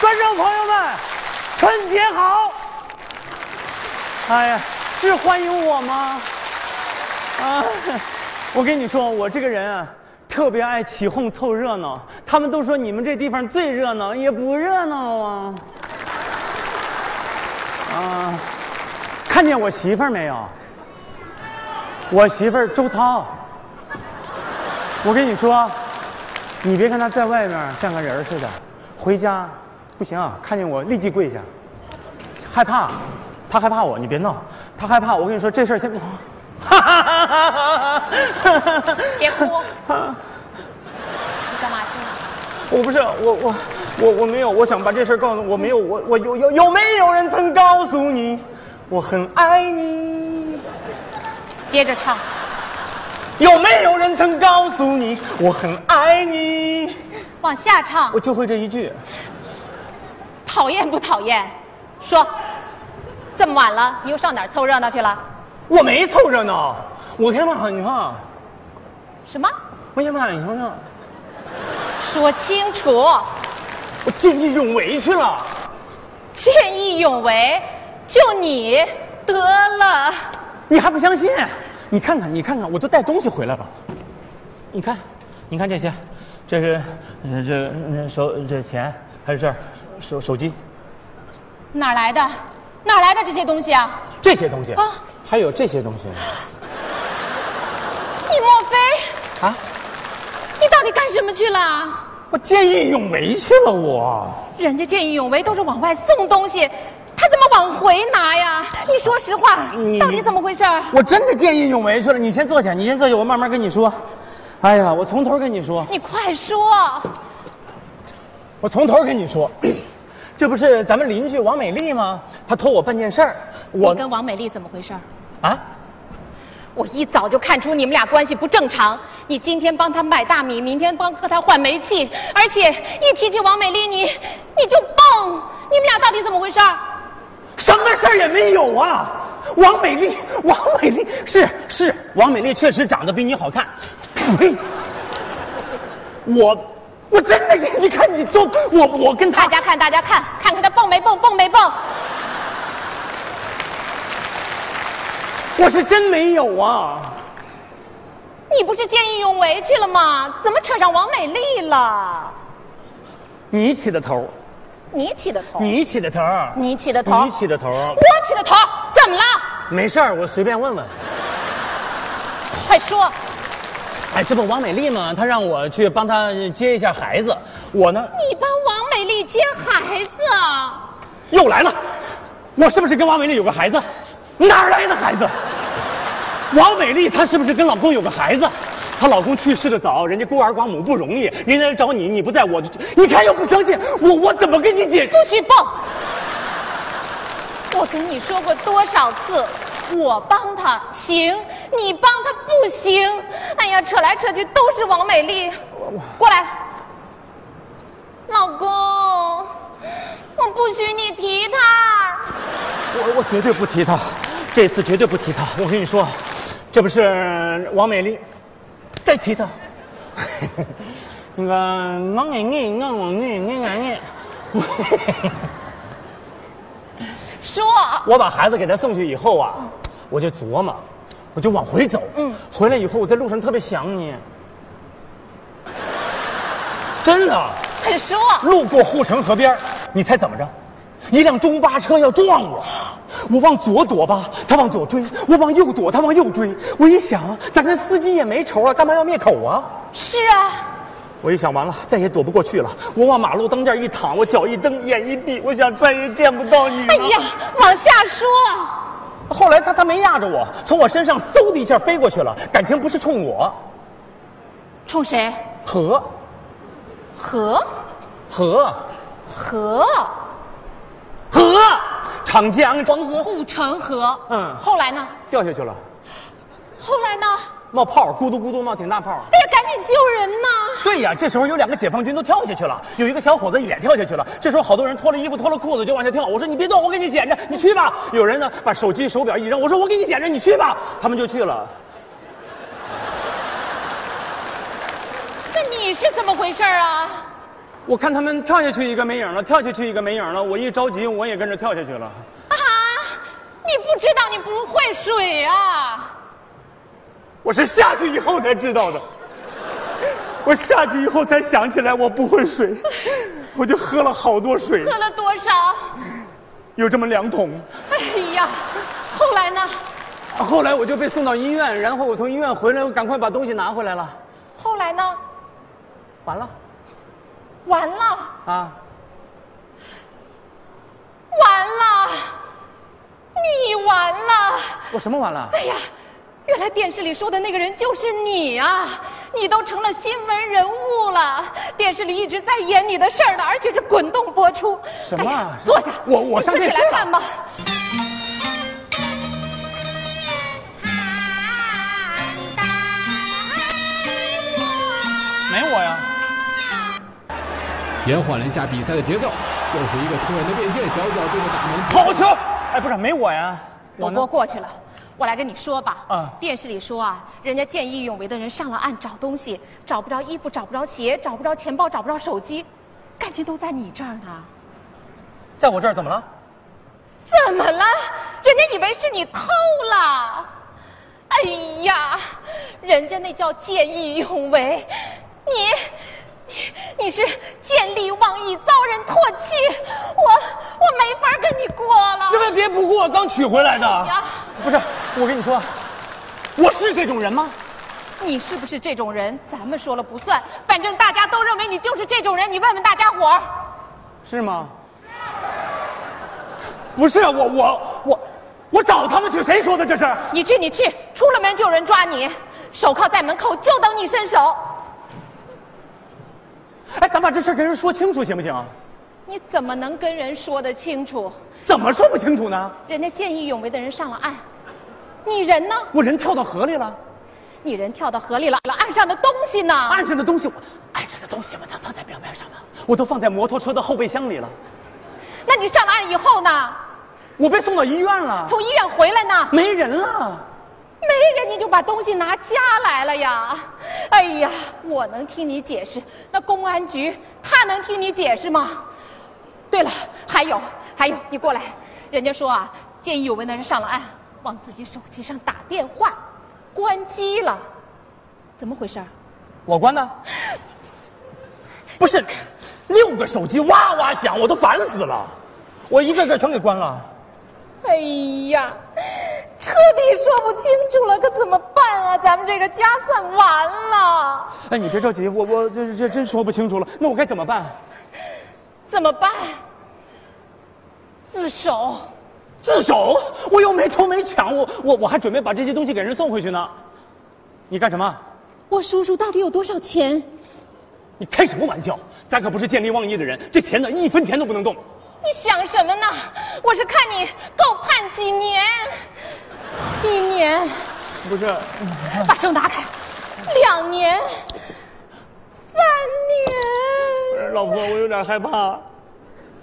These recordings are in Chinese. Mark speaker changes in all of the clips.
Speaker 1: 观众朋友们，春节好！哎呀，是欢迎我吗？啊，我跟你说，我这个人啊，特别爱起哄凑热闹。他们都说你们这地方最热闹，也不热闹啊。啊，看见我媳妇儿没有？我媳妇儿周涛。我跟你说，你别看她在外面像个人儿似的，回家不行、看见我立即跪下，害怕，她害怕我，你别闹，她害怕我。我跟你说这事儿先，哈哈哈哈哈哈！
Speaker 2: 别哭你干嘛啊去了？
Speaker 1: 我不是我我我我没有，我想把这事儿告诉我没有我我有有有没有人曾告诉你我很爱你？
Speaker 2: 接着唱，
Speaker 1: 有没有人曾告诉你我很爱你？
Speaker 2: 往下唱
Speaker 1: 我，就会这一句，
Speaker 2: 讨厌不讨厌？说，这么晚了，你又上哪儿凑热闹去了？
Speaker 1: 我没凑热闹，我先骂你看，
Speaker 2: 什么？
Speaker 1: 我先骂你看看，
Speaker 2: 说清楚，
Speaker 1: 我见义勇为去了。
Speaker 2: 见义勇为，就你得了。
Speaker 1: 你还不相信？你看看，你看看，我都带东西回来了。你看，你看这些，这是呃这这手这钱还是这儿手手机，
Speaker 2: 哪儿来的？哪儿来的这些东西啊？
Speaker 1: 这些东西
Speaker 2: 啊
Speaker 1: 还有这些东西
Speaker 2: 你莫非
Speaker 1: 啊！
Speaker 2: 你到底干什么去了？啊
Speaker 1: 我见义勇为去了我，
Speaker 2: 人家见义勇为都是往外送东西，他怎么往回拿呀？你说实话
Speaker 1: 你，
Speaker 2: 到底怎么回事儿？
Speaker 1: 我真的见义勇为去了。你先坐下，你先坐下，我慢慢跟你说。哎呀，我从头跟你说，
Speaker 2: 你快说！
Speaker 1: 我从头跟你说， 这不是咱们邻居王美丽吗？她托我办件事儿，我
Speaker 2: 你跟王美丽怎么回事儿？
Speaker 1: 啊，
Speaker 2: 我一早就看出你们俩关系不正常。你今天帮她买大米，明天帮和她换煤气，而且一提起王美丽，你你就蹦。你们俩到底怎么回事儿？
Speaker 1: 什么事儿也没有啊！王美丽，王美丽是是，王美丽确实长得比你好看。呸！我我真的是，你看你就我我跟
Speaker 2: 大
Speaker 1: 她
Speaker 2: 家看，大家看，看看她蹦没蹦，蹦没蹦？
Speaker 1: 我是真没有啊！
Speaker 2: 你不是见义勇为去了吗？怎么扯上王美丽了？
Speaker 1: 你起的头，
Speaker 2: 你起的头。
Speaker 1: 你起的头，
Speaker 2: 哦你起的头
Speaker 1: 你起的头，
Speaker 2: 我起的头，怎么了？
Speaker 1: 没事儿，我随便问问。
Speaker 2: 快说！
Speaker 1: 哎，这不王美丽吗？她让我去帮她接一下孩子，我呢
Speaker 2: 你帮王美丽接孩子啊？
Speaker 1: 又来了，我是不是跟王美丽有个孩子？哪儿来的孩子？王美丽她是不是跟老公有个孩子？她老公去世的早，人家孤儿寡母不容易，人家来找你，你不在我就，你看又不相信我，我怎么跟你解释？
Speaker 2: 不许蹦！我跟你说过多少次，我帮他行，你帮他不行。哎呀，扯来扯去都是王美丽。过来，老公，我不许你提他。
Speaker 1: 我我绝对不提她，这次绝对不提她。我跟你说，这不是王美丽，再提她， 那个王美丽，让我念念念。
Speaker 2: 说，
Speaker 1: 我把孩子给他送去以后啊，我就琢磨，我就往回走。
Speaker 2: 嗯
Speaker 1: 回来以后我在路上特别想你，真的。
Speaker 2: 快哎说。
Speaker 1: 路过护城河边儿，你猜怎么着？一辆中巴车要撞我，我往左躲吧，他往左追；我往右躲，他往右追。我一想啊，咱跟司机也没仇啊，干嘛要灭口啊？
Speaker 2: 是啊，
Speaker 1: 我一想，完了，再也躲不过去了。我往马路灯这儿一躺，我脚一蹬，眼一闭，我想再也见不到你了。
Speaker 2: 哎呀，往下说。
Speaker 1: 后来他他没压着我，从我身上嗖的一下飞过去了。感情不是冲我，
Speaker 2: 冲谁？
Speaker 1: 和
Speaker 2: 和
Speaker 1: 和
Speaker 2: 和
Speaker 1: 和长江黄河
Speaker 2: 护城河。
Speaker 1: 嗯
Speaker 2: 后来呢？
Speaker 1: 掉下去了，
Speaker 2: 后来呢？
Speaker 1: 冒泡，咕嘟咕嘟冒挺大泡。
Speaker 2: 哎呀，赶紧救人呐！
Speaker 1: 对呀，这时候有两个解放军都跳下去了，有一个小伙子也跳下去了。这时候好多人脱了衣服、脱了裤子就往下跳。我说你别动，我给你捡着，你去吧。有人呢把手机、手表一扔，我说我给你捡着，你去吧。他们就去了。
Speaker 2: 那你是怎么回事啊？
Speaker 1: 我我看他们跳下去一个没影了，跳下去一个没影了，我一着急我也跟着跳下去了。
Speaker 2: 啊，你不知道你不会水啊呀、
Speaker 1: 我是下去以后才知道的，我下去以后才想起来我不会水，我就喝了好多水，
Speaker 2: 喝了多少？
Speaker 1: 有这么两桶。
Speaker 2: 哎呀，后来呢？
Speaker 1: 啊后来我就被送到医院，然后我从医院回来，我赶快把东西拿回来了。
Speaker 2: 后来呢？
Speaker 1: 完了
Speaker 2: 完了，
Speaker 1: 啊！
Speaker 2: 完了，你完了！
Speaker 1: 我什么完了？
Speaker 2: 哎呀，原来电视里说的那个人就是你啊！你都成了新闻人物了，电视里一直在演你的事儿呢，而且是滚动播出。
Speaker 1: 什么
Speaker 2: 哎
Speaker 1: 啊
Speaker 2: 呀坐下，
Speaker 1: 我我上
Speaker 2: 你自己
Speaker 1: 电视啊了
Speaker 2: 来看吧。
Speaker 1: 没我呀！
Speaker 3: 延缓了一下比赛的节奏，又是一个突然的变线，小角度的打门。
Speaker 1: 好球！哎，不是没我呀，
Speaker 2: 我
Speaker 1: 我
Speaker 2: 播
Speaker 1: 呢？
Speaker 2: 过去了，我来跟你说吧。
Speaker 1: 啊
Speaker 2: 电视里说啊，人家见义勇为的人上了岸找东西，找不着衣服，找不着鞋，找不着钱包，找不着手机，感情都在你这儿呢。
Speaker 1: 在我这儿怎么了？
Speaker 2: 怎么了？人家以为是你抠了。哎呀，人家那叫见义勇为，你你你是见利忘义，遭人唾弃，我我没法跟你过了。
Speaker 1: 这别不过，刚取回来的
Speaker 2: 呀。
Speaker 1: 不是，我跟你说，我是这种人吗？
Speaker 2: 你是不是这种人？咱们说了不算，反正大家都认为你就是这种人。你问问大家伙儿，
Speaker 1: 是吗？不是啊我我我我找他们去，谁说的这是？
Speaker 2: 你去你去，出了门就有人抓你，手铐在门口，就等你伸手。
Speaker 1: 哎，咱把这事儿跟人说清楚行不行？
Speaker 2: 你怎么能跟人说得清楚？
Speaker 1: 怎么说不清楚呢？
Speaker 2: 人家见义勇为的人上了岸，你人呢？
Speaker 1: 我人跳到河里了，
Speaker 2: 你人跳到河里了，岸上的东西呢？
Speaker 1: 岸上的东西我岸上的东西嘛，它放在表面上嘛，我都放在摩托车的后备箱里了。
Speaker 2: 那你上了岸以后呢？
Speaker 1: 我被送到医院了，
Speaker 2: 从医院回来呢？
Speaker 1: 没人了。
Speaker 2: 没人你就把东西拿家来了呀？哎呀，我能替你解释，那公安局他能替你解释吗？对了，还有还有，你过来，人家说啊，见义勇为的人上了岸，往自己手机上打电话，关机了，怎么回事儿？
Speaker 1: 我关的。不是，六个手机哇哇响，我都烦死了，我一个个全给关了。
Speaker 2: 哎呀，彻底说不清楚了，可怎么办啊？咱们这个家算完了，
Speaker 1: 哎，你别着急，我我这这真说不清楚了，那我该怎么办？
Speaker 2: 怎么办？自首。
Speaker 1: 自首？我又没偷没抢，我我我还准备把这些东西给人送回去呢。你干什么？
Speaker 2: 我叔叔到底有多少钱？你
Speaker 1: 你开什么玩笑？咱可不是见利忘义的人，这钱呢一分钱都不能动。
Speaker 2: 想什么呢？我是看你够判几年，一年，
Speaker 1: 不是，
Speaker 2: 把手拿开，两年，三
Speaker 1: 不是
Speaker 2: 年。
Speaker 1: 老婆，我有点害怕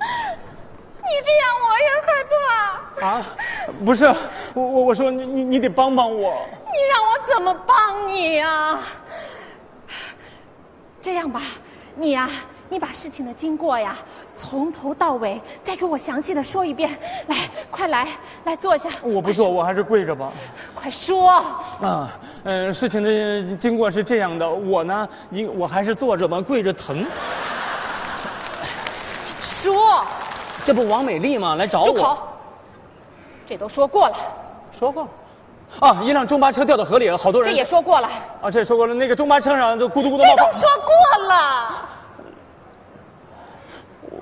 Speaker 2: 你这样我也害怕。
Speaker 1: 啊。 不是，我我我说你你你得帮帮我。
Speaker 2: 你让我怎么帮你呀、这样吧，你呀、你把事情的经过呀，从头到尾再给我详细的说一遍。来，快来，来坐下。
Speaker 1: 我不做，我还是跪着吧。
Speaker 2: 快说。
Speaker 1: 啊，呃，事情的经过是这样的，我呢，因我还是坐着吧，跪着疼。
Speaker 2: 说，
Speaker 1: 这不王美丽吗？来找
Speaker 2: 住
Speaker 1: 我
Speaker 2: 口。！这都说过了，
Speaker 1: 说过了。啊，一辆中巴车掉到河里了，好多
Speaker 2: 这
Speaker 1: 人。
Speaker 2: 也说过了，
Speaker 1: 啊，这也说过了。那个中巴车上就咕嘟咕嘟冒
Speaker 2: 这都
Speaker 1: 泡。
Speaker 2: 说过了。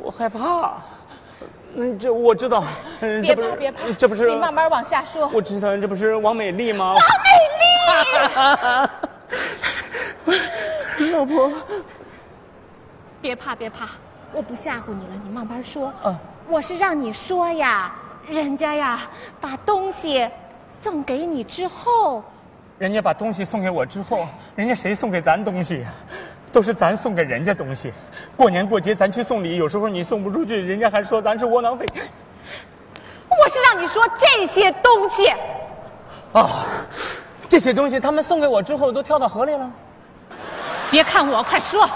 Speaker 1: 我害怕。嗯，这我知道。嗯，
Speaker 2: 别
Speaker 1: 这不
Speaker 2: 怕，
Speaker 1: 是
Speaker 2: 别怕，
Speaker 1: 这不是。
Speaker 2: 你慢慢往下说。
Speaker 1: 我知道，这不是王美丽吗？
Speaker 2: 王 美丽，
Speaker 1: 老婆，
Speaker 2: 别怕别怕，我不吓唬你了，你慢慢说。
Speaker 1: 嗯
Speaker 2: 我是让你说呀，人家呀把东西送给你之后，
Speaker 1: 人家把东西送给我之后，人家谁送给咱东西呀？都是咱送给人家东西。过年过节咱去送礼，有时候你送不出去，人家还说咱是窝囊废。
Speaker 2: 我是让你说这些东西。
Speaker 1: 啊，这些东西他们送给我之后都跳到河里了。
Speaker 2: 别看我，快说。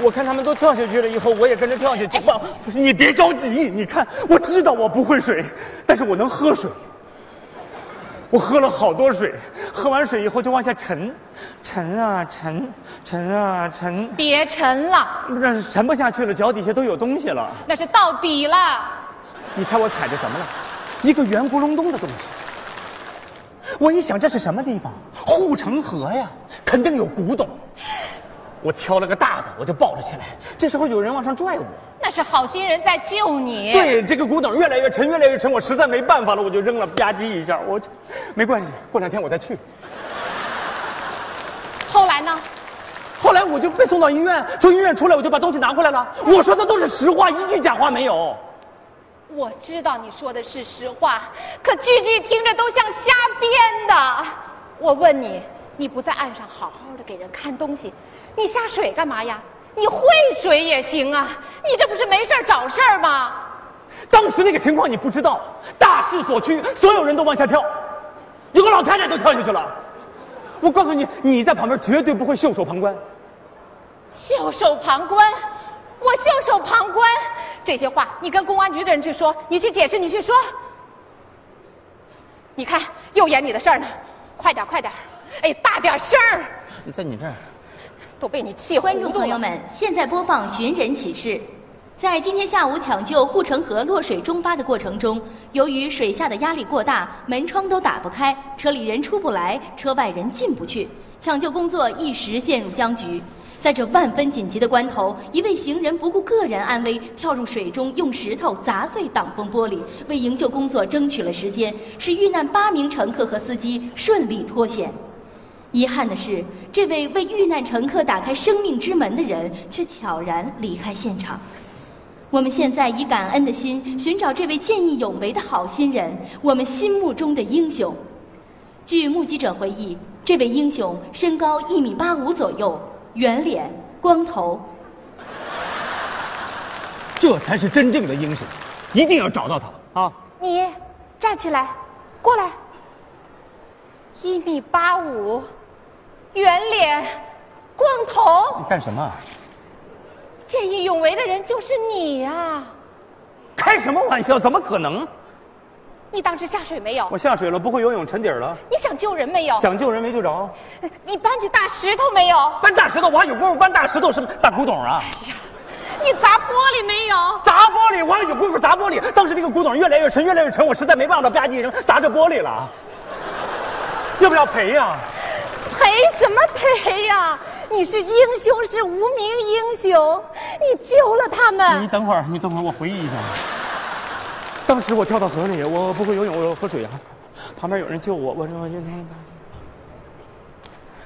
Speaker 1: 我看他们都跳下去了，以后我也跟着跳下去吧。不是你别着急，你看，我知道我不会水，但是我能喝水。我喝了好多水，喝完水以后就往下沉，沉啊沉，沉啊沉，
Speaker 2: 别沉了，
Speaker 1: 那是沉不下去了，脚底下都有东西了。
Speaker 2: 那是到底了。
Speaker 1: 你猜我踩着什么了？一个圆咕隆咚的东西。我一想这是什么地方？护城河呀，肯定有古董。我挑了个大的，我就抱了起来。这时候有人往上拽我。
Speaker 2: 那是好心人在救你。，
Speaker 1: 对，这个古董越来越沉，越来越沉，我实在没办法了，我就扔了，吧唧一下。我就没关系，过两天我再去。
Speaker 2: 后来呢？
Speaker 1: 后来我就被送到医院，从医院出来我就把东西拿过来了。我说的都是实话，一句假话没有。
Speaker 2: 我知道你说的是实话，可句句听着都像瞎编的。我问你，你不在岸上好好的给人看东西，你下水干嘛呀？你会水也行啊，你这不是没事儿找事儿吗？
Speaker 1: 当时那个情况你不知道，大势所趋，所有人都往下跳，有个老太太都跳下去了。我告诉你，你在旁边绝对不会袖手旁观。
Speaker 2: 袖手旁观，我袖手旁观，这些话你跟公安局的人去说，你去解释，你去说。你看，又演你的事儿呢，快点儿，快点儿，哎，大点儿声儿，
Speaker 1: 你在你这儿，
Speaker 2: 都被你气糊涂
Speaker 4: 观
Speaker 2: 了。
Speaker 4: 众朋友们，现在播放寻人启事。在今天下午抢救护城河落水中巴的过程中，由于水下的压力过大，门窗都打不开，车里人出不来，车外人进不去，抢救工作一时陷入僵局。在这万分紧急的关头，一位行人不顾个人安危，跳入水中，用石头砸碎挡风玻璃，为营救工作争取了时间，使遇难八名乘客和司机顺利脱险。遗憾的是，这位为遇难乘客打开生命之门的人，却悄然离开现场。我们现在以感恩的心寻找这位见义勇为的好心人，我们心目中的英雄。据目击者回忆，这位英雄身高一米八五左右，圆脸、光头，
Speaker 1: 这才是真正的英雄，一定要找到他啊！
Speaker 2: 你站起来，过来。一米八五，圆脸，光头，
Speaker 1: 干什么？啊
Speaker 2: 见义勇为的人就是你啊呀、
Speaker 1: 开什么玩笑？怎么可能？
Speaker 2: 你当时下水没有
Speaker 1: 我？下水了，不会游泳，沉底儿了。
Speaker 2: 你想救人没有？
Speaker 1: 想救人没救着，
Speaker 2: 你搬起大石头没有？
Speaker 1: 搬大石头我还有功夫搬大石头，什么大古董啊？
Speaker 2: 你砸玻璃没有？
Speaker 1: 砸玻璃我还有功夫砸玻璃。当时这个古董越来越沉，越来越沉，我实在没办法，吧唧一扔砸着玻璃了，要不要赔呀、
Speaker 2: 赔什么赔呀、你是英雄，是无名英雄，你救了他
Speaker 1: 你
Speaker 2: 们。
Speaker 1: 等会儿，你等会儿，我回忆一下。当时我跳到河里，我不会游泳，我喝水啊。旁边有人救我，我说我就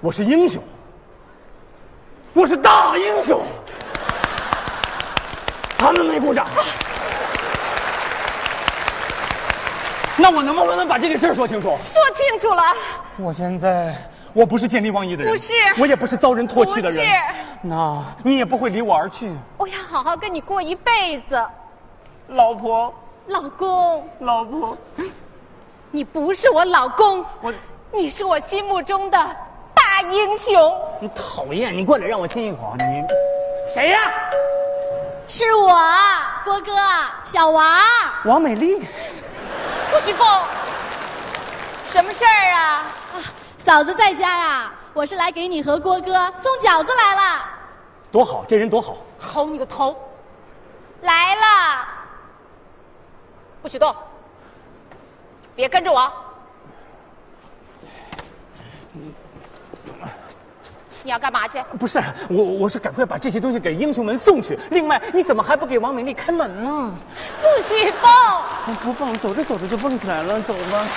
Speaker 1: 我是英雄，我是大英雄。他们没鼓掌，那我能不能把这个事儿说清楚？
Speaker 2: 说清楚了，
Speaker 1: 我现在我不是见利忘义的人，
Speaker 2: 不是
Speaker 1: 我也不是遭人唾弃的人
Speaker 2: 不是，
Speaker 1: 那你也不会离我而去。
Speaker 2: 我要好好跟你过一辈子，
Speaker 1: 老婆，
Speaker 2: 老公。
Speaker 1: 老婆。
Speaker 2: 你不是我老公，
Speaker 1: 我
Speaker 2: 你是我心目中的大英雄。
Speaker 1: 你讨厌，你过来让我亲一口。啊你谁呀、
Speaker 2: 是我，郭哥，小王，
Speaker 1: 王美丽。
Speaker 2: 不许碰！什么事儿啊？嫂子在家呀、我是来给你和郭哥送饺子来了。
Speaker 1: 多好，这人多好。
Speaker 2: 好你个头！来了，不许动，别跟着我。你要干嘛去？
Speaker 1: 不是，我我是赶快把这些东西给英雄们送去。另外，你怎么还不给王美丽开门呢？
Speaker 2: 不许碰！
Speaker 1: 不蹦，走着走着就蹦起来了，走吧。